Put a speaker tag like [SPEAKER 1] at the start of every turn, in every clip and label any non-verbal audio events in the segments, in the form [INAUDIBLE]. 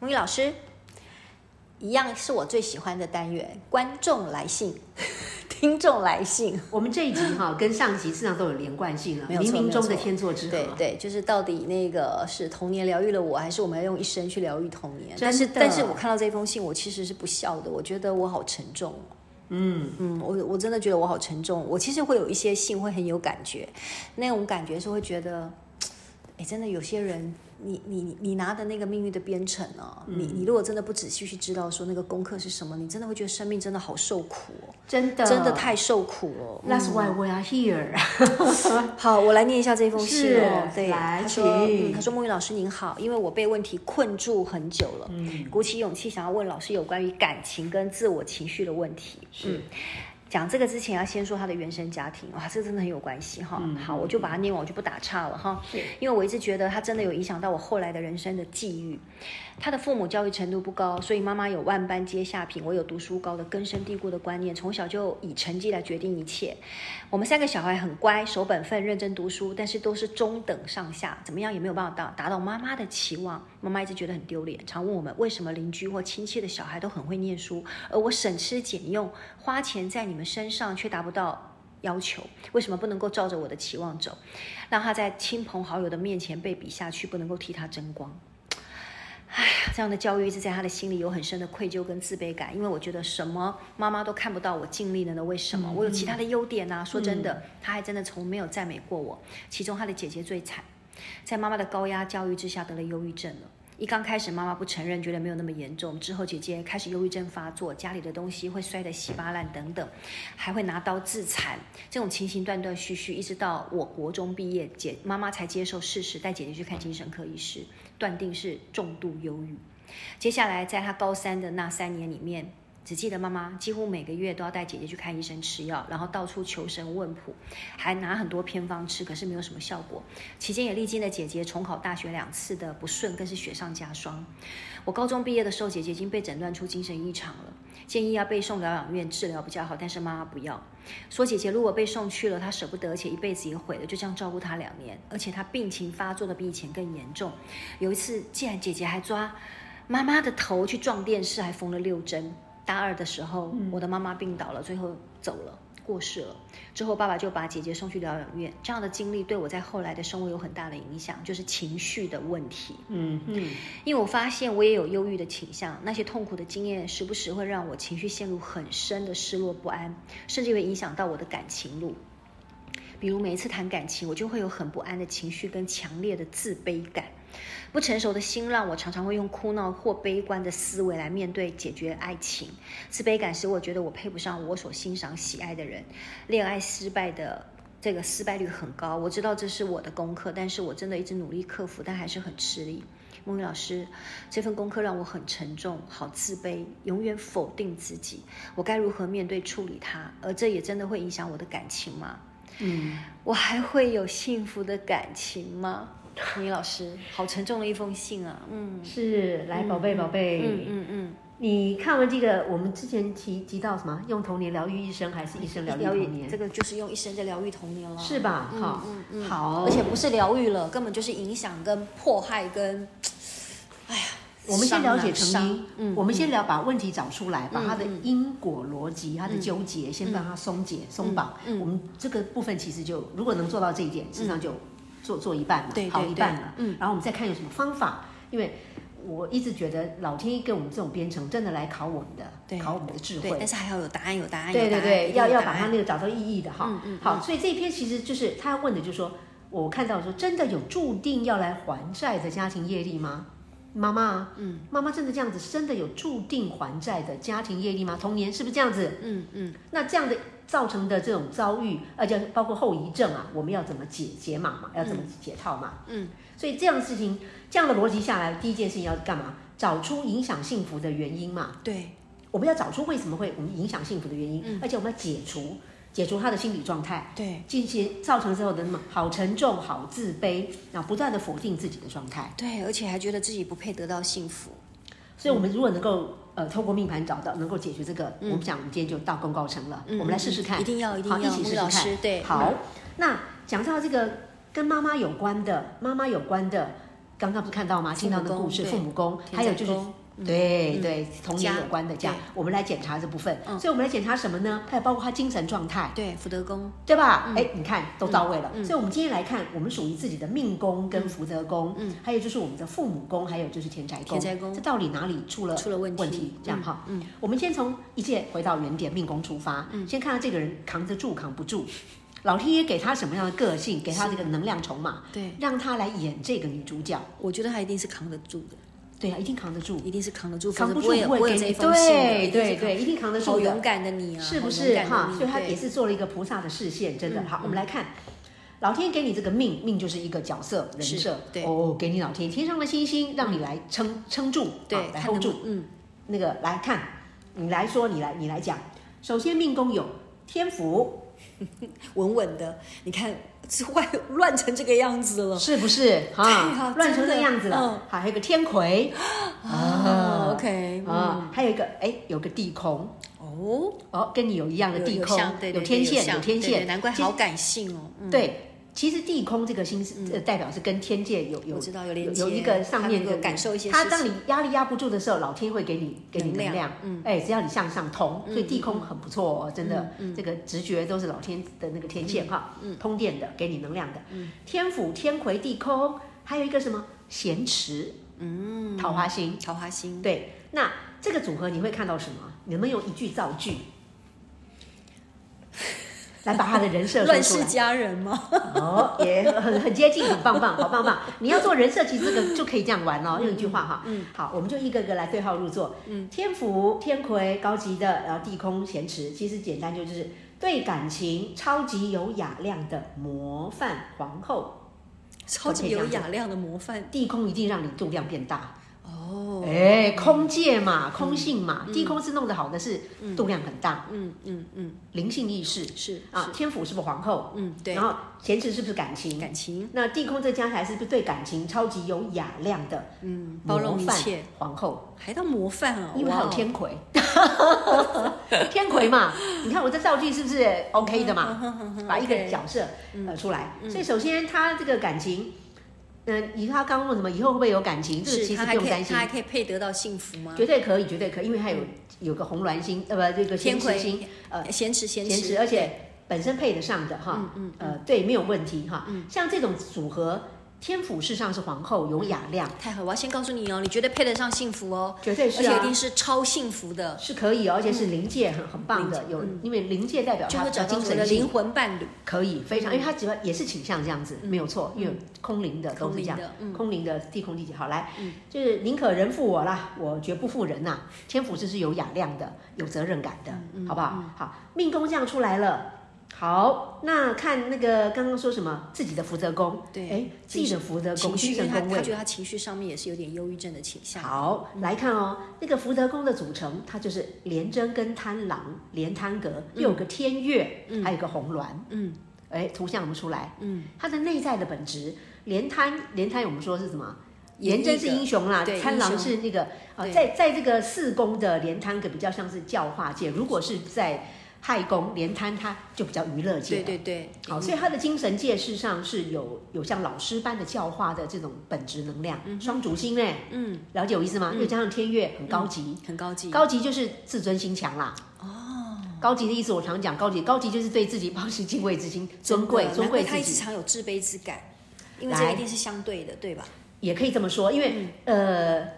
[SPEAKER 1] 母语老师，一样是我最喜欢的单元——观众来信、 [LAUGHS] 听众来信。
[SPEAKER 2] 我们这一集哈、跟上集实际上都有连贯性了，
[SPEAKER 1] 没有
[SPEAKER 2] 冥
[SPEAKER 1] 错
[SPEAKER 2] 冥中
[SPEAKER 1] 没
[SPEAKER 2] 的
[SPEAKER 1] 有错
[SPEAKER 2] 天作之合。
[SPEAKER 1] 对对，就是到底那个是童年疗愈了我，还是我们要用一生去疗愈童年？但是
[SPEAKER 2] 真的
[SPEAKER 1] 但是我看到这封信，我其实是不笑的，我觉得我好沉重哦。嗯嗯，我我真的觉得我好沉重。我其实会有一些信会很有感觉，那种感觉是会觉得，哎，真的有些人，你你你你拿的那个命运的编程啊，你
[SPEAKER 2] 嗯
[SPEAKER 1] 你如果真的不仔细去知道说那个功课是什么，你真的会觉得生命真的好受苦哦，
[SPEAKER 2] 真的嗯
[SPEAKER 1] 真的。太受苦了。
[SPEAKER 2] That's why we are here。
[SPEAKER 1] 好，我来念一下这封信哦。
[SPEAKER 2] 是
[SPEAKER 1] 对，
[SPEAKER 2] 来
[SPEAKER 1] 他说，
[SPEAKER 2] 请
[SPEAKER 1] 嗯，他说，孟云老师您好，因为我被问题困住很久了，
[SPEAKER 2] 嗯
[SPEAKER 1] 鼓起勇气想要问老师有关于感情跟自我情绪的问题。嗯，讲这个之前要先说他的原生家庭，哇，这真的很有关系哈。
[SPEAKER 2] 嗯
[SPEAKER 1] 好，我就把它念完，我就不打岔了哈。因为我一直觉得他真的有影响到我后来的人生的际遇。他的父母教育程度不高，所以妈妈有万般皆下品，我有读书高的根深蒂固的观念，从小就以成绩来决定一切。我们三个小孩很乖，守本分，认真读书，但是都是中等上下，怎么样也没有办法到达到妈妈的期望。妈妈一直觉得很丢脸，常问我们为什么邻居或亲戚的小孩都很会念书，而我省吃俭用，花钱在你们身上却达不到。要求为什么不能够照着我的期望走，让他在亲朋好友的面前被比下去，不能够替他争光。哎呀，这样的教育一直在他的心里有很深的愧疚跟自卑感，因为我觉得什么妈妈都看不到我尽力了呢？为什么？我有其他的优点啊！说真的，他还真的从没有赞美过我。其中他的姐姐最惨，在妈妈的高压教育之下得了忧郁症了。一刚开始，妈妈不承认，觉得没有那么严重。之后，姐姐开始忧郁症发作，家里的东西会摔得稀巴烂等等，还会拿刀自残。这种情形断断续续，一直到我国中毕业，姐妈妈才接受事实，带姐姐去看精神科医师，断定是重度忧郁。接下来，在她高三的那三年里面，只记得妈妈几乎每个月都要带姐姐去看医生吃药，然后到处求神问卜，还拿很多偏方吃，可是没有什么效果。期间也历经了姐姐重考大学两次的不顺，更是雪上加霜。我高中毕业的时候，姐姐已经被诊断出精神异常了，建议要被送疗养院治疗比较好，但是妈妈不要，说姐姐如果被送去了，她舍不得，而且一辈子也毁了，就这样照顾她两年，而且她病情发作的比以前更严重。有一次，竟然姐姐还抓妈妈的头去撞电视，还缝了六针。大二的时候，我的妈妈病倒了，最后走了，过世了。之后，爸爸就把姐姐送去疗养院。这样的经历对我在后来的生活有很大的影响，就是情绪的问题。
[SPEAKER 2] 嗯嗯，
[SPEAKER 1] 因为我发现我也有忧郁的倾向，那些痛苦的经验时不时会让我情绪陷入很深的失落不安，甚至会影响到我的感情路。比如每一次谈感情，我就会有很不安的情绪跟强烈的自卑感。不成熟的心让我常常会用哭闹或悲观的思维来面对解决爱情。自卑感使我觉得我配不上我所欣赏喜爱的人，恋爱失败的。这个失败率很高，我知道这是我的功课，但是我真的一直努力克服，但还是很吃力。孟雨老师，这份功课让我很沉重，好自卑，永远否定自己，我该如何面对处理它？而这也真的会影响我的感情吗？
[SPEAKER 2] 嗯
[SPEAKER 1] 我还会有幸福的感情吗？米老师，好沉重的一封信啊！嗯
[SPEAKER 2] 是来宝贝宝贝，
[SPEAKER 1] 嗯嗯嗯，
[SPEAKER 2] 你看完这个，我们之前提提到什么？用童年疗愈一生，还是一生疗愈童年？
[SPEAKER 1] 这个就是用一生在疗愈童年了，
[SPEAKER 2] 是吧？
[SPEAKER 1] 嗯
[SPEAKER 2] 好
[SPEAKER 1] 嗯，嗯
[SPEAKER 2] 好，
[SPEAKER 1] 而且不是疗愈了，根本就是影响跟迫害跟，哎呀，
[SPEAKER 2] 我们先了解
[SPEAKER 1] 伤
[SPEAKER 2] 成
[SPEAKER 1] 啊
[SPEAKER 2] 因
[SPEAKER 1] 伤，嗯，
[SPEAKER 2] 我们先聊把问题找出来，把它的
[SPEAKER 1] 嗯
[SPEAKER 2] 因果逻辑、它的纠结，先帮它松解、松绑。
[SPEAKER 1] 嗯
[SPEAKER 2] 我们这个部分其实就如果能做到这一点，事实上就做做一半了
[SPEAKER 1] 对，
[SPEAKER 2] 好
[SPEAKER 1] 对
[SPEAKER 2] 一
[SPEAKER 1] 对
[SPEAKER 2] 半了。
[SPEAKER 1] 嗯
[SPEAKER 2] 然后我们再看有什么方法，因为我一直觉得老天爷给我们这种编程，真的来考我们的，
[SPEAKER 1] 对
[SPEAKER 2] 考我们的智慧
[SPEAKER 1] 对，。但是还要有答案，有答案，
[SPEAKER 2] 对
[SPEAKER 1] 有答
[SPEAKER 2] 对
[SPEAKER 1] 案
[SPEAKER 2] 对，要要把它。
[SPEAKER 1] 一定有答案
[SPEAKER 2] 那个找到意义的哈。
[SPEAKER 1] 嗯嗯
[SPEAKER 2] 好，所以这一篇其实就是他问的，就是说我看到说，真的有注定要来还债的家庭业力吗？妈妈，嗯，妈妈真的这样子，真的有注定还债的家庭业力吗？童年是不是这样子？
[SPEAKER 1] 嗯嗯，
[SPEAKER 2] 那这样的造成的这种遭遇，而且包括后遗症啊，我们要怎么解解码嘛，要怎么解套嘛？
[SPEAKER 1] 嗯，
[SPEAKER 2] 所以这样的事情，这样的逻辑下来，第一件事情要干嘛？找出影响幸福的原因嘛。
[SPEAKER 1] 对，
[SPEAKER 2] 我们要找出为什么会我们影响幸福的原因，
[SPEAKER 1] 嗯
[SPEAKER 2] 而且我们要解除解除他的心理状态，
[SPEAKER 1] 对，
[SPEAKER 2] 进行造成之后的什么好沉重、好自卑，然后不断的否定自己的状态。
[SPEAKER 1] 对，而且还觉得自己不配得到幸福。
[SPEAKER 2] 所以，我们如果能够呃透过命盘找到能够解决这个，我们想我们今天就到功告成了。
[SPEAKER 1] 嗯
[SPEAKER 2] 我们来试试看，
[SPEAKER 1] 一定要一定
[SPEAKER 2] 好，
[SPEAKER 1] 要
[SPEAKER 2] 一起试试
[SPEAKER 1] 穆老师
[SPEAKER 2] 看。
[SPEAKER 1] 对
[SPEAKER 2] 好。那讲到这个跟妈妈有关的，妈妈有关的，刚刚不是看到吗？
[SPEAKER 1] 父母
[SPEAKER 2] 听到的故事，
[SPEAKER 1] 宫对
[SPEAKER 2] 父母宫，
[SPEAKER 1] 田
[SPEAKER 2] 还有
[SPEAKER 1] 宅
[SPEAKER 2] 就是
[SPEAKER 1] 宫。
[SPEAKER 2] 对对，童年
[SPEAKER 1] 嗯家
[SPEAKER 2] 有关的家
[SPEAKER 1] 对，嗯
[SPEAKER 2] 我们来检查这部分。所以我们来检查什么呢？还有包括他精神状态，
[SPEAKER 1] 对，福德宫，
[SPEAKER 2] 对吧？
[SPEAKER 1] 嗯
[SPEAKER 2] 哎、你看都到位了。所以，我们今天来看，我们属于自己的命宫跟福德宫，嗯，还有就是我们的父母宫，还有就是田宅
[SPEAKER 1] 田
[SPEAKER 2] 宫。
[SPEAKER 1] 宅宫
[SPEAKER 2] 这到底哪里出了
[SPEAKER 1] 出了问题
[SPEAKER 2] 呃问题？这样哈，嗯，我们先从一切回到原点，命宫出发，嗯，先看看这个人扛得住扛不住， [LAUGHS] 老天爷给他什么样的个性，给他这个能量筹码，
[SPEAKER 1] 对，
[SPEAKER 2] 让他来演这个女主角。
[SPEAKER 1] 我觉得他一定是扛得住的，
[SPEAKER 2] 对啊，一定扛得住，
[SPEAKER 1] 一定是扛得住，
[SPEAKER 2] 扛
[SPEAKER 1] 否
[SPEAKER 2] 不
[SPEAKER 1] 则
[SPEAKER 2] 住
[SPEAKER 1] 会有
[SPEAKER 2] 不
[SPEAKER 1] 不会
[SPEAKER 2] 会
[SPEAKER 1] 有
[SPEAKER 2] 给
[SPEAKER 1] 这一封
[SPEAKER 2] 你。
[SPEAKER 1] 信的
[SPEAKER 2] 对
[SPEAKER 1] 一定是
[SPEAKER 2] 对
[SPEAKER 1] 扛
[SPEAKER 2] 对，一定扛得住
[SPEAKER 1] 好
[SPEAKER 2] 的。
[SPEAKER 1] 勇敢的你啊，
[SPEAKER 2] 是不
[SPEAKER 1] 好
[SPEAKER 2] 是
[SPEAKER 1] 勇敢的
[SPEAKER 2] 哈？
[SPEAKER 1] 你
[SPEAKER 2] 所以他
[SPEAKER 1] 对嗯
[SPEAKER 2] 也是做了一个菩萨的视线，真的、好。我们来看，老天给你这个命，命就是一个角色人
[SPEAKER 1] 是
[SPEAKER 2] 设，
[SPEAKER 1] 对嗯
[SPEAKER 2] 哦，给你老天天上的星星，让你来撑撑住，啊
[SPEAKER 1] 对，
[SPEAKER 2] 来
[SPEAKER 1] 看
[SPEAKER 2] hold
[SPEAKER 1] 得
[SPEAKER 2] 住
[SPEAKER 1] 住，。嗯，
[SPEAKER 2] 那个来看，你来说，你来你来讲。首先命宫有天府，
[SPEAKER 1] 稳稳的，你看是坏乱成这个样子了。
[SPEAKER 2] 是不是
[SPEAKER 1] [LAUGHS] 对啊
[SPEAKER 2] 乱成
[SPEAKER 1] 哦真的
[SPEAKER 2] 这样子了
[SPEAKER 1] 嗯。
[SPEAKER 2] 好，还有个天魁
[SPEAKER 1] 啊，OK，
[SPEAKER 2] 啊，还有一个哎，有个地空。
[SPEAKER 1] 哦，
[SPEAKER 2] 哦，跟你有一样的
[SPEAKER 1] 有
[SPEAKER 2] 地
[SPEAKER 1] 有
[SPEAKER 2] 空
[SPEAKER 1] 像，对对对
[SPEAKER 2] 天线，
[SPEAKER 1] 像
[SPEAKER 2] 有天
[SPEAKER 1] 对
[SPEAKER 2] 线
[SPEAKER 1] 对，难怪
[SPEAKER 2] 其实
[SPEAKER 1] 好感性哦。嗯，
[SPEAKER 2] 对，其实地空这个星是、呃代表是跟天界有有
[SPEAKER 1] 我知道有连接
[SPEAKER 2] 有一个上面
[SPEAKER 1] 它能
[SPEAKER 2] 的
[SPEAKER 1] 够感受一些
[SPEAKER 2] 它
[SPEAKER 1] 事
[SPEAKER 2] 当你压力压不住的时候，老天会给你给你能
[SPEAKER 1] 能
[SPEAKER 2] 量，
[SPEAKER 1] 量嗯
[SPEAKER 2] 哎，只要你向上通，所以地空很不错哦，真的，
[SPEAKER 1] 嗯
[SPEAKER 2] 这个直觉都是老天的那个天线哈，通电的，给你能量的，
[SPEAKER 1] 嗯
[SPEAKER 2] 天府、天魁、地空，还有一个什么咸池，嗯，桃花心，
[SPEAKER 1] 桃花心，
[SPEAKER 2] 对，那这个组合你会看到什么？你们用一句造句。来把他的人设说
[SPEAKER 1] [LAUGHS] 乱
[SPEAKER 2] 出
[SPEAKER 1] 世
[SPEAKER 2] 来。
[SPEAKER 1] 佳人吗？
[SPEAKER 2] 哦，也很很接近，很棒棒，好棒棒！你要做人设，其实这个就可以这样玩哦，用一句话哈。嗯，好，我们就一个个来对号入座。嗯，天府、天魁、高级的，然后地空、咸池，其实简单就是对感情超级有雅量的模范皇后。
[SPEAKER 1] 超级有雅量的模范
[SPEAKER 2] 地空一定让你度量变大，
[SPEAKER 1] 哦。
[SPEAKER 2] 哎，空界嘛，空性嘛，地空是弄得好的是度量很大，
[SPEAKER 1] 嗯嗯嗯，
[SPEAKER 2] 灵性意识
[SPEAKER 1] 是
[SPEAKER 2] 啊。天府是不是皇后？
[SPEAKER 1] 嗯对
[SPEAKER 2] 然，后咸池是不是感情？
[SPEAKER 1] 感情
[SPEAKER 2] 那地空这加起来是不是对感情超级有雅量的
[SPEAKER 1] 嗯，包
[SPEAKER 2] 模
[SPEAKER 1] 容一
[SPEAKER 2] 范
[SPEAKER 1] 切，
[SPEAKER 2] 皇后？
[SPEAKER 1] 还当模范哦，
[SPEAKER 2] 因为还有
[SPEAKER 1] 哇
[SPEAKER 2] 天魁，天魁嘛，你看我这造句是不是 OK 的
[SPEAKER 1] 嗯
[SPEAKER 2] 嘛？把一个
[SPEAKER 1] OK 嗯
[SPEAKER 2] 角色呃出来，所以首先他这个感情，嗯，以他刚刚问什么，以后会不会有感情？这个
[SPEAKER 1] 是
[SPEAKER 2] 其
[SPEAKER 1] 他
[SPEAKER 2] 实不
[SPEAKER 1] 还可
[SPEAKER 2] 用
[SPEAKER 1] 以，
[SPEAKER 2] 担
[SPEAKER 1] 他
[SPEAKER 2] 心，
[SPEAKER 1] 还可以配得到幸福吗？
[SPEAKER 2] 绝对可以，绝对可以，因为他有有个红鸾星，呃，不，这个
[SPEAKER 1] 天
[SPEAKER 2] 天魁星
[SPEAKER 1] 魁，呃，咸池咸
[SPEAKER 2] 闲
[SPEAKER 1] 池
[SPEAKER 2] 职，，而且本身配得上的
[SPEAKER 1] 嗯
[SPEAKER 2] 哈，呃，对，没有问题哈。像这种组合，天府事实上是皇后
[SPEAKER 1] 嗯
[SPEAKER 2] 有雅量，
[SPEAKER 1] 太好了！我要先告诉你哦，你绝对配得上幸福哦，
[SPEAKER 2] 绝对
[SPEAKER 1] 而
[SPEAKER 2] 是
[SPEAKER 1] 且一
[SPEAKER 2] 啊
[SPEAKER 1] 定，是超幸福的，
[SPEAKER 2] 是可以哦，而且是灵界很很棒的，
[SPEAKER 1] 嗯灵界嗯
[SPEAKER 2] 有因为灵界代表
[SPEAKER 1] 就
[SPEAKER 2] 啊他
[SPEAKER 1] 会找到
[SPEAKER 2] 精
[SPEAKER 1] 所谓
[SPEAKER 2] 神
[SPEAKER 1] 的灵嗯
[SPEAKER 2] 性
[SPEAKER 1] 魂伴侣，
[SPEAKER 2] 可以非常，因为他主要也是倾向这样子，没有错，因为空灵的都
[SPEAKER 1] 嗯空
[SPEAKER 2] 是这
[SPEAKER 1] 灵
[SPEAKER 2] 样。
[SPEAKER 1] 的，嗯，
[SPEAKER 2] 空灵的地空地姐，好来，就是宁可人负我啦，我绝不负人呐、天府是是有雅量的，有责任感的，
[SPEAKER 1] 嗯
[SPEAKER 2] 好不好？好，命宫这样出来了，好，那看那个刚刚说什么自己的福德宫，
[SPEAKER 1] 对
[SPEAKER 2] 哎，自己的福德宫，
[SPEAKER 1] 情绪，
[SPEAKER 2] 精
[SPEAKER 1] 因为
[SPEAKER 2] 神
[SPEAKER 1] 他
[SPEAKER 2] 宫
[SPEAKER 1] 他觉
[SPEAKER 2] 位。
[SPEAKER 1] 得他情绪上面也是有点忧郁症的倾向，
[SPEAKER 2] 好，来看哦，那个福德宫的组成，它就是廉贞跟贪狼、连贪格，又有个天月，还有个红鸾，
[SPEAKER 1] 嗯
[SPEAKER 2] 哎，图像我们出来，
[SPEAKER 1] 嗯，
[SPEAKER 2] 它的内在的本质，连贪连贪我们说是什么？
[SPEAKER 1] 演
[SPEAKER 2] 连
[SPEAKER 1] 绎
[SPEAKER 2] 贞是
[SPEAKER 1] 的
[SPEAKER 2] 英雄啦，
[SPEAKER 1] 对
[SPEAKER 2] 贪狼是那个呃，
[SPEAKER 1] 对
[SPEAKER 2] 在在这个四宫的连贪可比较像是教化界，如果是在亥宫连贪，它就比较娱乐
[SPEAKER 1] 对
[SPEAKER 2] 界了。
[SPEAKER 1] 对对，
[SPEAKER 2] 好，哦所以他的精神界事实上是有有像老师般的教化的这种本质能量，双主星嘞，
[SPEAKER 1] 嗯，
[SPEAKER 2] 了解我意思吗？又加上天月很高级，
[SPEAKER 1] 很高级，
[SPEAKER 2] 高级就是自尊心强啦。哦，高级的意思我常讲，高级高级就是对自己保持敬畏之心，尊贵
[SPEAKER 1] 真的
[SPEAKER 2] 尊贵
[SPEAKER 1] 难怪他
[SPEAKER 2] 自
[SPEAKER 1] 一直
[SPEAKER 2] 己。
[SPEAKER 1] 常有自卑之感，因为这
[SPEAKER 2] 来
[SPEAKER 1] 个一定是相对的，对吧？
[SPEAKER 2] 也可以这么说，因为、
[SPEAKER 1] 嗯
[SPEAKER 2] 呃，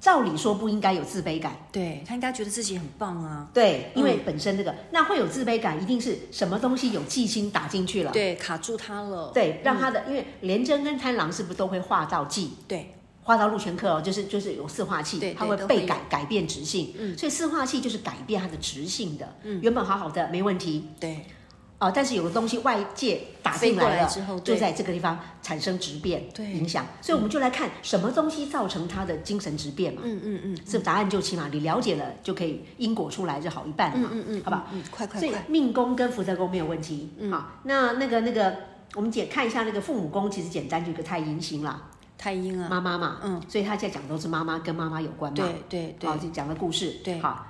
[SPEAKER 2] 照理说不应该有自卑感，
[SPEAKER 1] 对他应该觉得自己很棒啊，
[SPEAKER 2] 对，因
[SPEAKER 1] 嗯
[SPEAKER 2] 为本身这个、那会有自卑感，一定是什么东西有忌星打进去了，
[SPEAKER 1] 对，卡住他了，嗯
[SPEAKER 2] 对，让他的、因为廉贞跟贪狼是不是都会化到忌，
[SPEAKER 1] 对，
[SPEAKER 2] 花到陆泉课哦，就是就是有四化气，
[SPEAKER 1] 对对
[SPEAKER 2] 它会
[SPEAKER 1] 都会
[SPEAKER 2] 被
[SPEAKER 1] 有嗯
[SPEAKER 2] 改改变直性，所以四化气就是改变它的直性的，原本好好的没问题
[SPEAKER 1] 对，
[SPEAKER 2] 哦，但是有个东西外界打
[SPEAKER 1] 飞
[SPEAKER 2] 进
[SPEAKER 1] 过来
[SPEAKER 2] 来了，
[SPEAKER 1] 之后对
[SPEAKER 2] 就在这个地方产生质变
[SPEAKER 1] 对
[SPEAKER 2] 影响，所以我们就来看什么东西造成它的精神质变嘛，
[SPEAKER 1] 嗯嗯嗯
[SPEAKER 2] 这答案就起码你了解了，就可以因果出来就好一半了嘛，
[SPEAKER 1] 嗯嗯，
[SPEAKER 2] 好不好？
[SPEAKER 1] 嗯，快快
[SPEAKER 2] 所以
[SPEAKER 1] 快，嗯
[SPEAKER 2] 命宫跟福德宫没有问题。好，那那个那个，我们姐看一下那个父母宫，其实简单就一个太阴星啦，
[SPEAKER 1] 太阴啊，
[SPEAKER 2] 妈妈嘛，
[SPEAKER 1] 嗯，
[SPEAKER 2] 所以他现在讲都是妈妈跟妈妈有关嘛，
[SPEAKER 1] 对对对
[SPEAKER 2] 好，，就讲的故事，
[SPEAKER 1] 对
[SPEAKER 2] 好。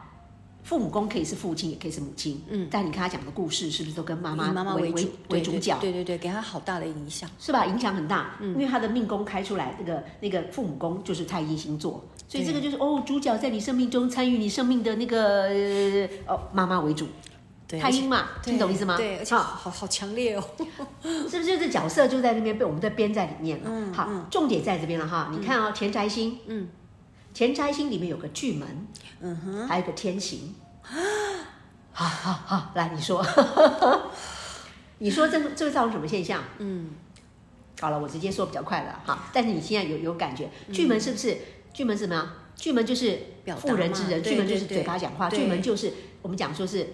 [SPEAKER 2] 父母宫可以是父亲，也可以是母亲，
[SPEAKER 1] 嗯，
[SPEAKER 2] 但你看他讲的故事是不是都跟妈
[SPEAKER 1] 以妈妈
[SPEAKER 2] 为
[SPEAKER 1] 主
[SPEAKER 2] 为
[SPEAKER 1] 对
[SPEAKER 2] 主
[SPEAKER 1] 对嗯
[SPEAKER 2] 角，
[SPEAKER 1] 对对对，给他好大的影响，
[SPEAKER 2] 是吧？影响很大，因为他的命宫开出来，那个那个父母宫就是太阴星座，所以这个就是哦，主角在你生命中参与你生命的那个呃哦，妈妈为主，
[SPEAKER 1] 对，
[SPEAKER 2] 太
[SPEAKER 1] 而且
[SPEAKER 2] 阴嘛，
[SPEAKER 1] 对
[SPEAKER 2] 听懂意思吗？
[SPEAKER 1] 对，而且
[SPEAKER 2] 好
[SPEAKER 1] 好好好强烈哦，
[SPEAKER 2] 是不是这角色就在那边被我们在编在里面了？
[SPEAKER 1] 嗯
[SPEAKER 2] 好，
[SPEAKER 1] 嗯
[SPEAKER 2] 重点在这边了哈。你看哦，钱财星，
[SPEAKER 1] 嗯，
[SPEAKER 2] 钱财星里面有个巨门，
[SPEAKER 1] 嗯哼，
[SPEAKER 2] 还有个
[SPEAKER 1] [GASPS]
[SPEAKER 2] 天刑。好好好，来你说， [LAUGHS] 你说这这会造成什么现象？
[SPEAKER 1] 嗯，
[SPEAKER 2] 好了，我直接说比较快了哈。但是你现在有有感觉，巨门是不是？巨门是什么呀？巨门就是
[SPEAKER 1] 嗯表达
[SPEAKER 2] 妇人之仁，
[SPEAKER 1] 嘛对
[SPEAKER 2] 巨门就是
[SPEAKER 1] 对对
[SPEAKER 2] 嘴巴讲话，
[SPEAKER 1] 对
[SPEAKER 2] 巨门就是我们讲说是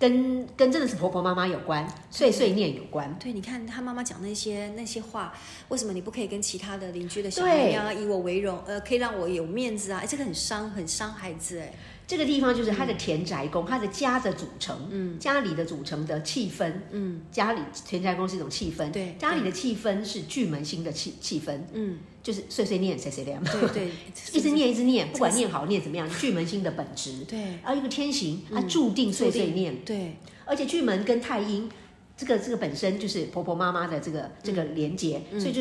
[SPEAKER 2] 跟跟真的是婆婆妈妈有
[SPEAKER 1] 嗯
[SPEAKER 2] 关，碎碎念有关。
[SPEAKER 1] 对，你看他妈妈讲那些那些话，为什么你不可以跟其他的邻居的小孩一样啊以我为荣？呃，可以让我有面子啊？哎，这个很伤，很伤孩子哎。
[SPEAKER 2] 这个地方就是它的
[SPEAKER 1] 嗯
[SPEAKER 2] 田宅宫，它的家的组成，嗯，家里的组成的气氛，
[SPEAKER 1] 嗯
[SPEAKER 2] 家里田宅宫是一种气氛，
[SPEAKER 1] 对
[SPEAKER 2] 家里的气氛是巨门星的气气氛，
[SPEAKER 1] 嗯，
[SPEAKER 2] 就是碎碎念谁谁念，，
[SPEAKER 1] 对对
[SPEAKER 2] [LAUGHS] 一直念一直念，
[SPEAKER 1] 这个是
[SPEAKER 2] 不管念好念怎么样，巨门星的本质，
[SPEAKER 1] 对
[SPEAKER 2] 而一个天行，
[SPEAKER 1] 嗯
[SPEAKER 2] 它注定碎碎念，
[SPEAKER 1] 对
[SPEAKER 2] 而且巨门跟太阴，这个这个本身就是婆婆妈妈的这
[SPEAKER 1] 嗯
[SPEAKER 2] 个这个连结，所以就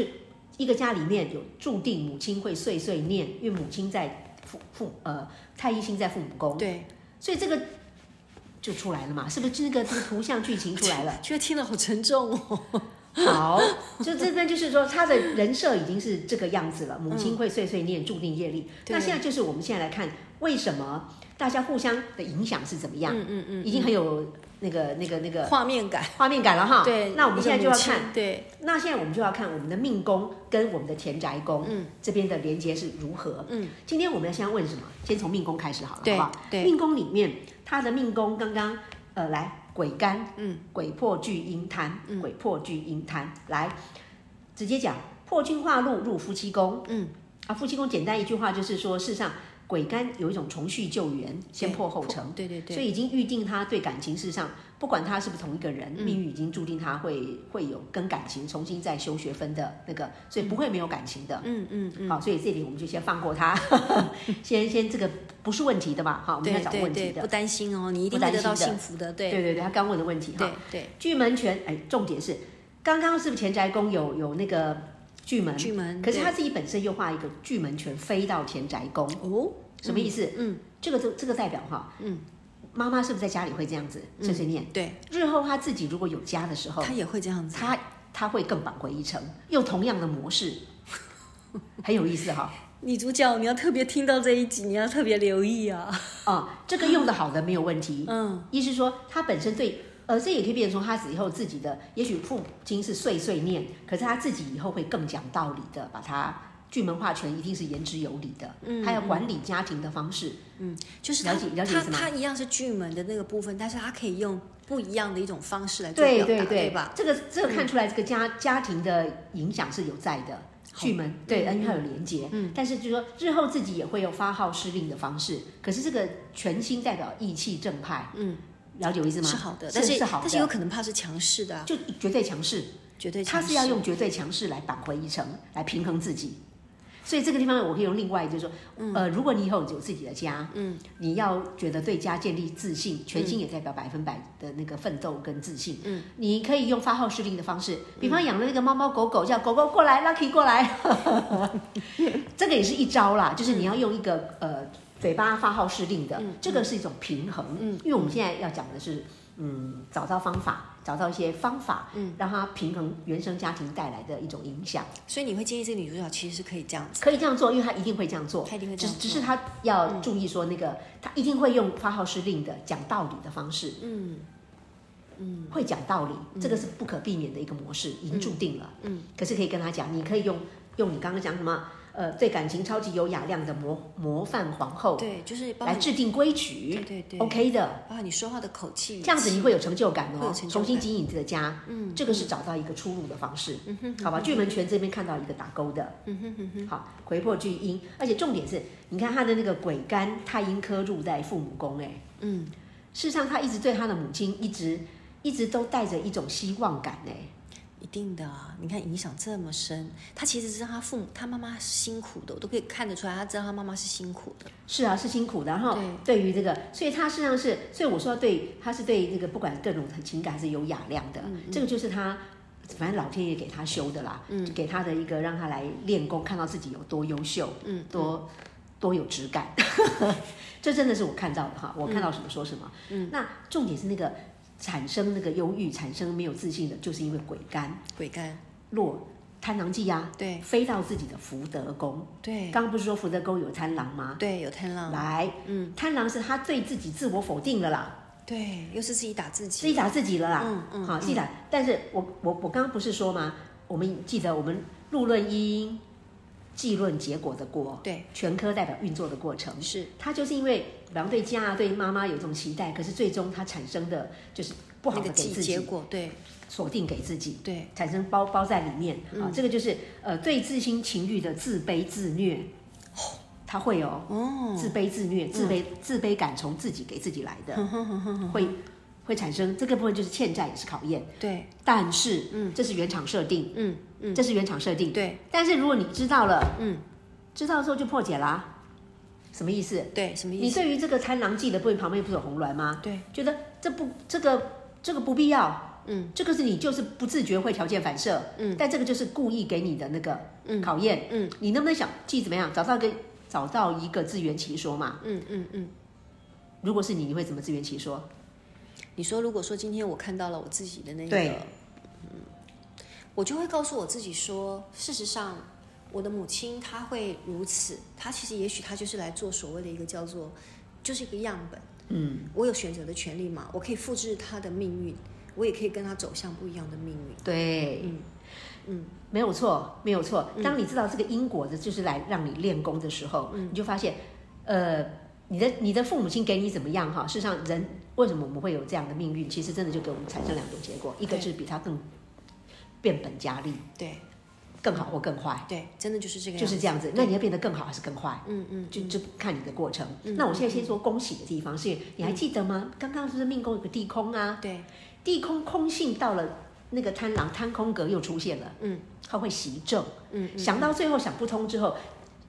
[SPEAKER 2] 一个家里面有注定母亲会碎碎念，因为母亲在父父呃太阴星在父母宫。
[SPEAKER 1] 对，
[SPEAKER 2] 所以这个就出来了嘛，是不是？就那个这个图像剧情出来
[SPEAKER 1] [LAUGHS]
[SPEAKER 2] 了。
[SPEAKER 1] 觉得听了好沉重哦。
[SPEAKER 2] 好，就这边就是说，他的人设已经是这个样子了。母亲会碎碎念，注定业力。
[SPEAKER 1] 嗯对
[SPEAKER 2] 那现在就是我们现在来看，为什么大家互相的影响是怎么样？
[SPEAKER 1] 嗯嗯嗯，
[SPEAKER 2] 已经很有那个那个那个
[SPEAKER 1] 画面感。
[SPEAKER 2] 画面感了哈。
[SPEAKER 1] 对，
[SPEAKER 2] 那我们现在就要看
[SPEAKER 1] 一个母亲，对，
[SPEAKER 2] 那现在我们就要看我们的命宫跟我们的田宅宫，嗯，这边的连接是如何。
[SPEAKER 1] 嗯，
[SPEAKER 2] 今天我们要先问什么？先从命宫开始好了，
[SPEAKER 1] 对
[SPEAKER 2] 好不好？
[SPEAKER 1] 对
[SPEAKER 2] 命宫里面它的命宫刚刚呃来鬼干，
[SPEAKER 1] 嗯，
[SPEAKER 2] 鬼破巨阴贪，鬼破巨阴贪，来直接讲破军化禄入夫妻宫，
[SPEAKER 1] 嗯，
[SPEAKER 2] 啊，夫妻宫简单一句话就是说，事实上鬼干有一种重续救援，先
[SPEAKER 1] 对
[SPEAKER 2] 破后成。
[SPEAKER 1] 对对对，
[SPEAKER 2] 所以已经预定他对感情事上，不管他是不是同一个
[SPEAKER 1] 嗯
[SPEAKER 2] 人，命运已经注定他会会有跟感情重新再修学分的那个，所以不会没有感情的。
[SPEAKER 1] 嗯嗯嗯，
[SPEAKER 2] 好，所以这里我们就先放过他， [LAUGHS] 先先这个不是问题的嘛，哈，我们要
[SPEAKER 1] 对
[SPEAKER 2] 找
[SPEAKER 1] 对
[SPEAKER 2] 问题
[SPEAKER 1] 对，
[SPEAKER 2] 的。
[SPEAKER 1] 不担心哦，你一定
[SPEAKER 2] 不担
[SPEAKER 1] 会
[SPEAKER 2] 心
[SPEAKER 1] 得到
[SPEAKER 2] 的
[SPEAKER 1] 幸福的，对
[SPEAKER 2] 对对对，他刚问的问题哈
[SPEAKER 1] 对。对。
[SPEAKER 2] 巨门权，哎，重点是刚刚是不是田宅宫有有那个巨门？
[SPEAKER 1] 巨门
[SPEAKER 2] 嗯可是
[SPEAKER 1] 对
[SPEAKER 2] 他自己本身又画一个巨门权飞到田宅宫，
[SPEAKER 1] 哦，
[SPEAKER 2] 什么意思？
[SPEAKER 1] 嗯，
[SPEAKER 2] 这个就这个代表哈，
[SPEAKER 1] 嗯，
[SPEAKER 2] 妈妈是不是在家里会这样子碎碎念？
[SPEAKER 1] 对，
[SPEAKER 2] 日后他自己如果有家的时候，
[SPEAKER 1] 他也会这样子，
[SPEAKER 2] 嗯他他会更扳回一城，用同样的模式， [LAUGHS] 很有意思哈、
[SPEAKER 1] 女主角，你要特别听到这一集，你要特别留意啊。
[SPEAKER 2] 啊、这个用的好的没有问题，
[SPEAKER 1] 嗯，
[SPEAKER 2] 意思说他本身对，呃，这也可以变成说他以后自己的，也许父亲是碎碎念，可是他自己以后会更讲道理的，把他巨门化权一定是言之有理的，嗯，他要管理家庭的方式，
[SPEAKER 1] 就是他
[SPEAKER 2] 了解了解
[SPEAKER 1] 他
[SPEAKER 2] 是吗
[SPEAKER 1] 他一样是巨门的那个部分，但是他可以用不一样的一种方式来做
[SPEAKER 2] 对
[SPEAKER 1] 表达，
[SPEAKER 2] 对
[SPEAKER 1] 吧？
[SPEAKER 2] 这个
[SPEAKER 1] 嗯
[SPEAKER 2] 这个看出来，这个家、家庭的影响是有在的。巨门对，因为它有连结，嗯，但是就是说日后自己也会有发号施令的方式，可是这个全新代表义气正派，嗯，了解我意思吗？
[SPEAKER 1] 是好的，
[SPEAKER 2] 是
[SPEAKER 1] 但
[SPEAKER 2] 是好的，
[SPEAKER 1] 但是有可能怕是强势的啊、
[SPEAKER 2] 就绝对强势，
[SPEAKER 1] 绝对
[SPEAKER 2] 他
[SPEAKER 1] 强势。
[SPEAKER 2] 是要用绝对强势来扳回一城，来平衡自己。所以这个地方我可以用另外就是说，呃，如果你以后有自己的家，嗯，你要觉得对家建立自信，全心也代表百分百的那个奋斗跟自信，嗯，你可以用发号施令的方式，比方养了那个猫猫狗狗，叫狗狗过来，Lucky 过 [LAUGHS] 来，这个也是一招啦，就是你要用一个呃嘴巴发号施令的，这个是一种平衡，嗯，因为我们现在要讲的是嗯，找到方法，找到一些方法，嗯，让它平衡原生家庭带来的一种影响，
[SPEAKER 1] 所以你会建议这个女主角其实是可以这样子，
[SPEAKER 2] 可以这样做，因为他一定会这样做，
[SPEAKER 1] 她一定会这
[SPEAKER 2] 只
[SPEAKER 1] 样
[SPEAKER 2] 是
[SPEAKER 1] 做
[SPEAKER 2] 只是他要注意说那个，他一定会用发号施令的讲道理的方式，嗯嗯，会讲道理，这个是
[SPEAKER 1] 嗯
[SPEAKER 2] 不可避免的一个模式，已经注定了，嗯，可是可以跟他讲，你可以用用你刚刚讲什么。呃对感情超级有雅量的模模范皇后，
[SPEAKER 1] 对，就是包
[SPEAKER 2] 来
[SPEAKER 1] 括
[SPEAKER 2] 制定规矩，
[SPEAKER 1] 对对对
[SPEAKER 2] o k 的，
[SPEAKER 1] 包括你说话的口气，
[SPEAKER 2] 这样子你会有成就感
[SPEAKER 1] 会有
[SPEAKER 2] 哦，
[SPEAKER 1] 成就感
[SPEAKER 2] 重新经营你的家，
[SPEAKER 1] 嗯
[SPEAKER 2] 这个是找到一个出路的方式，好吧？巨门泉这边看到一个打勾的，
[SPEAKER 1] 嗯哼哼哼，
[SPEAKER 2] 好，魁破巨阴，而且重点是，你看他的那个鬼干太阴科入在父母宫，哎，
[SPEAKER 1] 嗯，
[SPEAKER 2] 事实上他一直对他的母亲一直一直都带着一种希望感，哎，
[SPEAKER 1] 一定的啊！你看影响这么深，他其实知道他父母、他妈妈是辛苦的，我都可以看得出来，他知道他妈妈是辛苦的。
[SPEAKER 2] 是啊，是辛苦的。然后对于这个，所以他事实上是，所以我说对，他是对这个不管各种情感是有雅量的，这个就是他。反正老天爷给他修的啦，嗯，给他的一个让他来练功，看到自己有多优秀，嗯，多多有质感， [LAUGHS] 这真的是我看到的哈，我看到什么说什么，嗯，那重点是那个产生那个忧郁、产生没有自信的，就是因为鬼干
[SPEAKER 1] 鬼干，
[SPEAKER 2] 落贪狼忌啊，
[SPEAKER 1] 对
[SPEAKER 2] 飞到自己的福德宫，
[SPEAKER 1] 对
[SPEAKER 2] 刚刚不是说福德宫有贪狼吗？
[SPEAKER 1] 对，有贪狼，
[SPEAKER 2] 来，嗯，贪狼是他对自己自我否定了啦，
[SPEAKER 1] 对，又是自己打自己，
[SPEAKER 2] 自己打自己了啦，
[SPEAKER 1] 嗯嗯
[SPEAKER 2] 好，自己打。但是我我我刚刚不是说吗？我们记得我们入论因，记论结果的果，
[SPEAKER 1] 对，
[SPEAKER 2] 全科代表运作的过程。
[SPEAKER 1] 是
[SPEAKER 2] 他就是因为，比方对家啊、对妈妈有这种期待，可是最终他产生的就是不好
[SPEAKER 1] 那
[SPEAKER 2] 的
[SPEAKER 1] 个
[SPEAKER 2] 给
[SPEAKER 1] 结
[SPEAKER 2] 自
[SPEAKER 1] 结
[SPEAKER 2] 己
[SPEAKER 1] 果，对
[SPEAKER 2] 锁定给自己，
[SPEAKER 1] 对，
[SPEAKER 2] 产生包包在里面
[SPEAKER 1] 嗯
[SPEAKER 2] 啊、这个就是呃对自心情欲的自卑自虐，他会哦，
[SPEAKER 1] 哦，
[SPEAKER 2] 自卑、自虐、自卑、自卑感从自己给自己来的，会会产生这个部分就是欠债也是考验，
[SPEAKER 1] 对，
[SPEAKER 2] 但是嗯，这是原厂设定，
[SPEAKER 1] 嗯嗯，
[SPEAKER 2] 这是原厂设定，
[SPEAKER 1] 对
[SPEAKER 2] 但是如果你知道了，
[SPEAKER 1] 嗯，
[SPEAKER 2] 知道之后就破解啦，什么意思？
[SPEAKER 1] 对，什么意
[SPEAKER 2] 你
[SPEAKER 1] 思？
[SPEAKER 2] 对于这个贪狼记的部分旁边不是有红鸾吗？
[SPEAKER 1] 对，
[SPEAKER 2] 觉得这不这个这个不必要，
[SPEAKER 1] 嗯，
[SPEAKER 2] 这个是你就是不自觉会条件反射，嗯，但这个就是故意给你的那个考验，
[SPEAKER 1] 嗯，
[SPEAKER 2] 你能不能想记怎么样找到一个找到一个自圆其说嘛？
[SPEAKER 1] 嗯嗯嗯，
[SPEAKER 2] 如果是你，你会怎么自圆其说？
[SPEAKER 1] 你说如果说今天我看到了我自己的那个，
[SPEAKER 2] 对
[SPEAKER 1] 嗯，我就会告诉我自己说，事实上。我的母亲她会如此，她其实也许她就是来做所谓的一个叫做，就是一个样本，
[SPEAKER 2] 嗯，
[SPEAKER 1] 我有选择的权利嘛，我可以复制他的命运，我也可以跟他走向不一样的命运。
[SPEAKER 2] 对，
[SPEAKER 1] 嗯
[SPEAKER 2] 没有错，没有错。当你知道这个因果的，就是来让你练功的时候，
[SPEAKER 1] 嗯
[SPEAKER 2] 你就发现，呃，你的你的父母亲给你怎么样哈？事实上，人为什么我们会有这样的命运？其实真的就给我们产生两种结果，一个
[SPEAKER 1] 对
[SPEAKER 2] 是比他更变本加厉，
[SPEAKER 1] 对
[SPEAKER 2] 更好或更坏，
[SPEAKER 1] 对，真的就是这个样
[SPEAKER 2] 就
[SPEAKER 1] 子，
[SPEAKER 2] 是这样子。那你要变得更好还是更坏？
[SPEAKER 1] 嗯嗯，
[SPEAKER 2] 就就看你的过程。那我现在先说恭喜的地方，是因为你
[SPEAKER 1] 嗯
[SPEAKER 2] 还记得吗？刚刚是不是命宫有个地空啊？
[SPEAKER 1] 对
[SPEAKER 2] 地空空性到了那个贪狼贪空格又出现了，
[SPEAKER 1] 嗯，
[SPEAKER 2] 他会习正，
[SPEAKER 1] 嗯，
[SPEAKER 2] 想到最后想不通之后，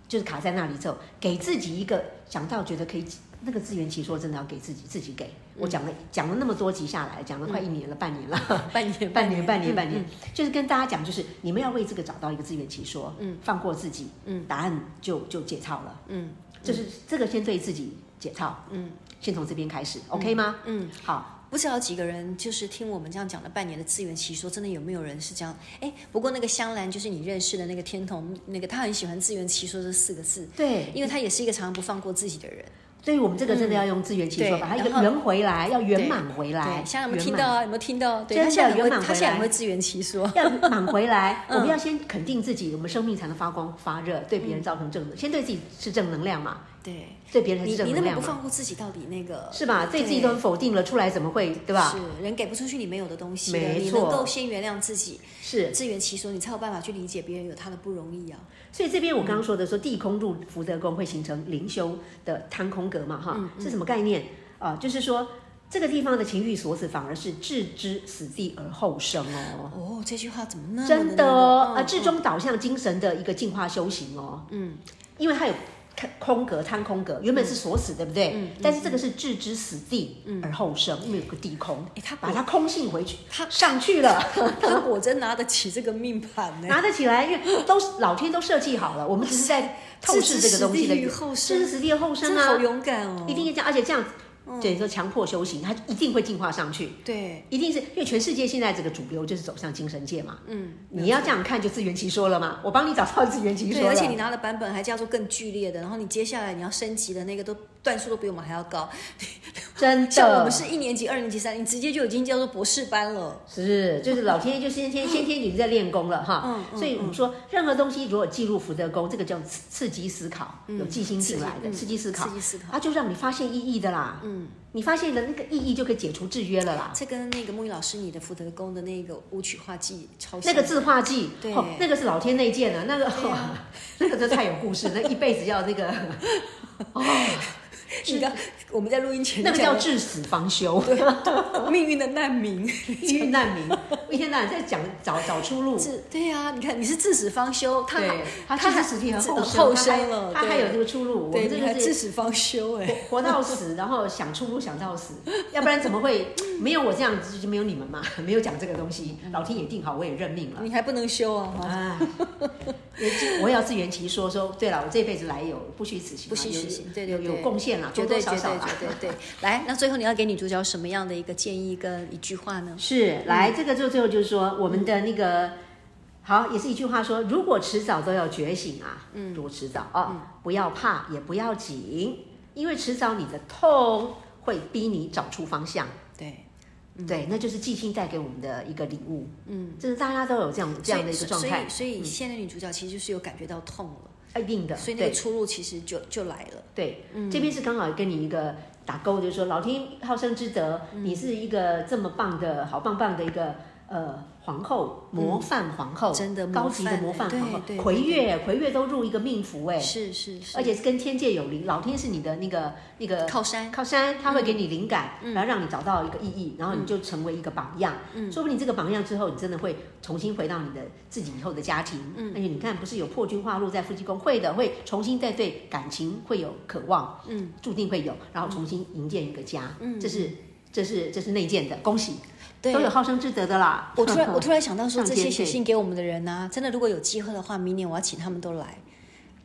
[SPEAKER 2] 就是卡在那里之后，给自己一个想到觉得可以那个自圆其说，真的要给自己自己给。
[SPEAKER 1] 嗯
[SPEAKER 2] 我讲了讲了那么多集下来，讲了快一年了，半年了，
[SPEAKER 1] 半年
[SPEAKER 2] 半年半年
[SPEAKER 1] 嗯
[SPEAKER 2] 半年，就是跟大家讲，就是你们要为这个找到一个自圆其说，嗯，放过自己，嗯，答案就就解套了，
[SPEAKER 1] 嗯
[SPEAKER 2] 就是这个先对自己解套，
[SPEAKER 1] 嗯，
[SPEAKER 2] 先从这边开始，OK 吗？
[SPEAKER 1] 嗯，
[SPEAKER 2] 好。
[SPEAKER 1] 不知道几个人就是听我们这样讲了半年的自圆其说，真的有没有人是这样？哎，不过那个香兰就是你认识的那个天童，那个他很喜欢自圆其说这四个字，
[SPEAKER 2] 对，
[SPEAKER 1] 因为他也是一个常常不放过自己的人。
[SPEAKER 2] 所以我们这个真的要用自圆其说，
[SPEAKER 1] 嗯
[SPEAKER 2] 把它一个
[SPEAKER 1] 对然后
[SPEAKER 2] 圆回来，要圆满回来。
[SPEAKER 1] 对，香兰有没有
[SPEAKER 2] 圆
[SPEAKER 1] 听
[SPEAKER 2] 满
[SPEAKER 1] 到啊？有没有听到？对，
[SPEAKER 2] 真
[SPEAKER 1] 他
[SPEAKER 2] 的
[SPEAKER 1] 现在很
[SPEAKER 2] 圆
[SPEAKER 1] 会，
[SPEAKER 2] 满
[SPEAKER 1] 他
[SPEAKER 2] 回
[SPEAKER 1] 现在很
[SPEAKER 2] 来
[SPEAKER 1] 会自圆其说。
[SPEAKER 2] 要满回来，
[SPEAKER 1] [LAUGHS] 嗯
[SPEAKER 2] 我们要先肯定自己，我们生命才能发光发热，对
[SPEAKER 1] 嗯
[SPEAKER 2] 别人造成正能，先对自己是正能量嘛，
[SPEAKER 1] 对，
[SPEAKER 2] 对别人才
[SPEAKER 1] 你
[SPEAKER 2] 是正
[SPEAKER 1] 你
[SPEAKER 2] 能
[SPEAKER 1] 那么
[SPEAKER 2] 量
[SPEAKER 1] 不
[SPEAKER 2] 嘛，
[SPEAKER 1] 放过自己，到底那个
[SPEAKER 2] 是吧？对自己都否定了，出来怎么会对吧？
[SPEAKER 1] 是人给不出去你没有的东西的，
[SPEAKER 2] 没
[SPEAKER 1] 你
[SPEAKER 2] 错
[SPEAKER 1] 能够先原谅自己，
[SPEAKER 2] 是，
[SPEAKER 1] 自圆其说，你才有办法去理解别人有他的不容易啊。
[SPEAKER 2] 所以这边我刚刚说的说地空入福德宫会形成灵修的贪空格嘛，
[SPEAKER 1] 嗯
[SPEAKER 2] 哈，是什么概念啊？就是说这个地方的情欲所死，反而是置之死地而后生哦。
[SPEAKER 1] 哦，这句话怎么那么
[SPEAKER 2] 真的哦，
[SPEAKER 1] 那
[SPEAKER 2] 啊，
[SPEAKER 1] 个嗯
[SPEAKER 2] 至终导向精神的一个进化修行哦。嗯，因为它有看空格、贪空格，原本是锁死，对不对？嗯。但是这个是置之死地而后生，因为有个地空，
[SPEAKER 1] 哎他
[SPEAKER 2] 把它空性回去，
[SPEAKER 1] 他
[SPEAKER 2] 上去了，
[SPEAKER 1] 他果真拿得起这个命盘呢。
[SPEAKER 2] 拿得起来，因为都是老天都设计好了，我
[SPEAKER 1] [LAUGHS]
[SPEAKER 2] 们只是在透视这个东西的
[SPEAKER 1] 置之死地于后生
[SPEAKER 2] 置之死地而后生
[SPEAKER 1] 真的好
[SPEAKER 2] 啊，
[SPEAKER 1] 勇敢哦！
[SPEAKER 2] 一定要这样，而且这样。
[SPEAKER 1] 嗯
[SPEAKER 2] 等于说强迫修行，它一定会进化上去。
[SPEAKER 1] 对，
[SPEAKER 2] 一定是因为全世界现在这个主流就是走向精神界嘛，
[SPEAKER 1] 嗯，
[SPEAKER 2] 你要这样看就自圆其说了嘛。我帮你找到自圆其说
[SPEAKER 1] 对，
[SPEAKER 2] 了，
[SPEAKER 1] 而且你拿的版本还叫做更剧烈的，然后你接下来你要升级的那个都段数都比我们还要高，
[SPEAKER 2] 真的
[SPEAKER 1] 像我们是一年级、二年级、三年级，直接就已经叫做博士班了。
[SPEAKER 2] 是，就是老天爷就先天先天已经在练功了哈，
[SPEAKER 1] 嗯嗯
[SPEAKER 2] 所以我们说任何东西如果记录福德宫，这个叫刺刺激思考，有记心进来的
[SPEAKER 1] 嗯
[SPEAKER 2] 刺激思考，
[SPEAKER 1] 刺激思考
[SPEAKER 2] 它就让你发现意义的啦，嗯，你发现了那个意义就可以解除制约了啦。
[SPEAKER 1] 这跟那个木鱼老师你的福德宫的那个舞曲化技超
[SPEAKER 2] 那
[SPEAKER 1] 像
[SPEAKER 2] 个字画记，
[SPEAKER 1] 嗯对
[SPEAKER 2] 哦那个是老天内建啊，那个、
[SPEAKER 1] 对啊
[SPEAKER 2] [LAUGHS] 那个这太有
[SPEAKER 1] [LAUGHS]
[SPEAKER 2] 故事，那一辈子要那个，哦，
[SPEAKER 1] 你刚我们在录音前
[SPEAKER 2] 那个叫
[SPEAKER 1] 讲
[SPEAKER 2] 至死
[SPEAKER 1] [LAUGHS]
[SPEAKER 2] 方休，
[SPEAKER 1] 的命运的难 [LAUGHS] 民。
[SPEAKER 2] 地狱难民，一天到晚在讲找找出路，
[SPEAKER 1] 是，对啊，你看你是至死方休， [LAUGHS] 他
[SPEAKER 2] 对，他
[SPEAKER 1] 他
[SPEAKER 2] 其
[SPEAKER 1] 还呃
[SPEAKER 2] 实实体很厚
[SPEAKER 1] 后
[SPEAKER 2] 生，
[SPEAKER 1] 生了，
[SPEAKER 2] 他还他还
[SPEAKER 1] 对
[SPEAKER 2] 有这个出路。我
[SPEAKER 1] 对，
[SPEAKER 2] 们这
[SPEAKER 1] 你还
[SPEAKER 2] 个
[SPEAKER 1] 至
[SPEAKER 2] 是
[SPEAKER 1] 死方休哎、
[SPEAKER 2] 活
[SPEAKER 1] [LAUGHS]
[SPEAKER 2] 到死，然后想出路想到死，要不然怎么会 [CLEARS THROAT] 没有我这样子就没有你们嘛？ [LAUGHS] 没有讲这个东西，
[SPEAKER 1] 嗯
[SPEAKER 2] 老天也定好，我也认命了。
[SPEAKER 1] 你还不能休啊！哈
[SPEAKER 2] 哎，我也要自圆其说，说对了，我这辈子来有不虚此行嘛，啊
[SPEAKER 1] 不虚此行对对
[SPEAKER 2] 有有
[SPEAKER 1] 对
[SPEAKER 2] 有贡献啦，
[SPEAKER 1] 绝
[SPEAKER 2] 多
[SPEAKER 1] 对
[SPEAKER 2] 啊多
[SPEAKER 1] 绝
[SPEAKER 2] 少
[SPEAKER 1] 对
[SPEAKER 2] 少啦
[SPEAKER 1] 绝对对。来，那最后你要给女主角什么样的一个建议跟一句话呢？
[SPEAKER 2] 是，来，这个就最后就是说，我们的那个好，也是一句话说，如果迟早都要觉醒啊，嗯，如果迟早啊、不要怕，也不要紧，因为迟早你的痛会逼你找出方向。
[SPEAKER 1] 对，
[SPEAKER 2] 对，那就是寂静带给我们的一个礼物，
[SPEAKER 1] 嗯，
[SPEAKER 2] 就是大家都有这样这样的一个状态，
[SPEAKER 1] 所以所以现在女主角其实就是有感觉到痛了，
[SPEAKER 2] 一定的，
[SPEAKER 1] 所以那
[SPEAKER 2] 对
[SPEAKER 1] 个嗯出路其实就就来了。
[SPEAKER 2] 对，这边是刚好跟你一个打勾，就是说老天好生之德，
[SPEAKER 1] 嗯
[SPEAKER 2] 你是一个这么棒的好棒棒的一个呃皇后，模范皇后，
[SPEAKER 1] 嗯真的
[SPEAKER 2] 高级的模
[SPEAKER 1] 模范
[SPEAKER 2] 范皇后
[SPEAKER 1] 对，对
[SPEAKER 2] 魁月魁月都入一个命符哎，
[SPEAKER 1] 是是是，
[SPEAKER 2] 而且是跟天界有灵，老天是你的那个那个
[SPEAKER 1] 靠山
[SPEAKER 2] 靠山，他会给你灵感，
[SPEAKER 1] 嗯
[SPEAKER 2] 然后让你找到一个意义，然后你就成为一个榜样。说不定这个榜样之后，你真的会重新回到你的自己以后的家庭。
[SPEAKER 1] 嗯
[SPEAKER 2] 而且你看，不是有破军化禄在夫妻宫，会的，会重新再对感情会有渴望，嗯，注定会有，然后重新营建一个家。嗯，这是这是这是内建的，恭喜，
[SPEAKER 1] 对
[SPEAKER 2] 都有好生之德的啦。
[SPEAKER 1] 我突然我突然想到说，
[SPEAKER 2] 上
[SPEAKER 1] 这
[SPEAKER 2] 街
[SPEAKER 1] 些写
[SPEAKER 2] 去
[SPEAKER 1] 信给我们的人呢、真的如果有机会的话，明年我要请他们都来。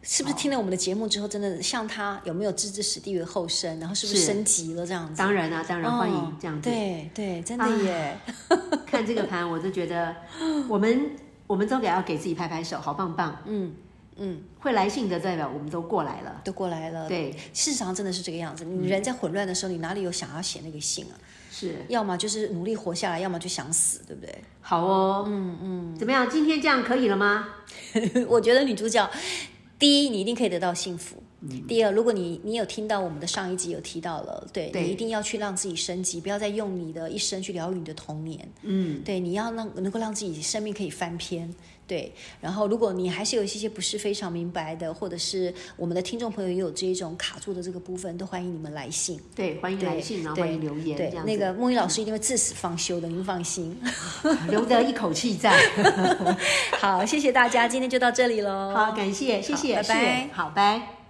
[SPEAKER 1] 是不是听了我们的节目之后，真的像他有没有置之死地于后生，然后是不是
[SPEAKER 2] 是
[SPEAKER 1] 升级了这样子？
[SPEAKER 2] [LAUGHS] 当然啊，当然欢
[SPEAKER 1] 哦
[SPEAKER 2] 迎这样子。
[SPEAKER 1] 对对，真的
[SPEAKER 2] 啊
[SPEAKER 1] 耶， [LAUGHS]
[SPEAKER 2] 看这个盘，我就觉得我们我们都给要给自己拍拍手，好棒棒。
[SPEAKER 1] 嗯嗯，呃
[SPEAKER 2] 会来信的代表我们都过来了。
[SPEAKER 1] 都过来了。
[SPEAKER 2] 对，嗯
[SPEAKER 1] 事实上真的是这个样子。你人在混乱的时候，你哪里有想要写那个信啊？
[SPEAKER 2] 是，
[SPEAKER 1] 要么就是努力活下来，要么就想死，对不对？
[SPEAKER 2] 好哦。嗯嗯，怎么样？今天这样可以了吗？
[SPEAKER 1] [LAUGHS] 我觉得女主角，第一，你一定可以得到幸福。
[SPEAKER 2] 嗯
[SPEAKER 1] 第二，如果你你有听到我们的上一集有提到了，对
[SPEAKER 2] 对
[SPEAKER 1] 你一定要去让自己升级，不要再用你的一生去疗愈你的童年。
[SPEAKER 2] 嗯，
[SPEAKER 1] 对，你要让能够让自己生命可以翻篇。对，然后如果你还是有一些些不是非常明白的，或者是我们的听众朋友也有这一种卡住的这个部分，都欢迎你们来信。
[SPEAKER 2] 对，欢迎
[SPEAKER 1] 对
[SPEAKER 2] 来信，然后
[SPEAKER 1] 对
[SPEAKER 2] 欢迎留言，
[SPEAKER 1] 对
[SPEAKER 2] 这样，子
[SPEAKER 1] 那个木鱼老师一定会至死方休的，您放心。 [LAUGHS]
[SPEAKER 2] [LAUGHS] 留得一口气在。
[SPEAKER 1] 好，谢谢大家，今天就到这里喽。
[SPEAKER 2] 好，感谢，谢谢，
[SPEAKER 1] 好拜拜
[SPEAKER 2] 是好，拜。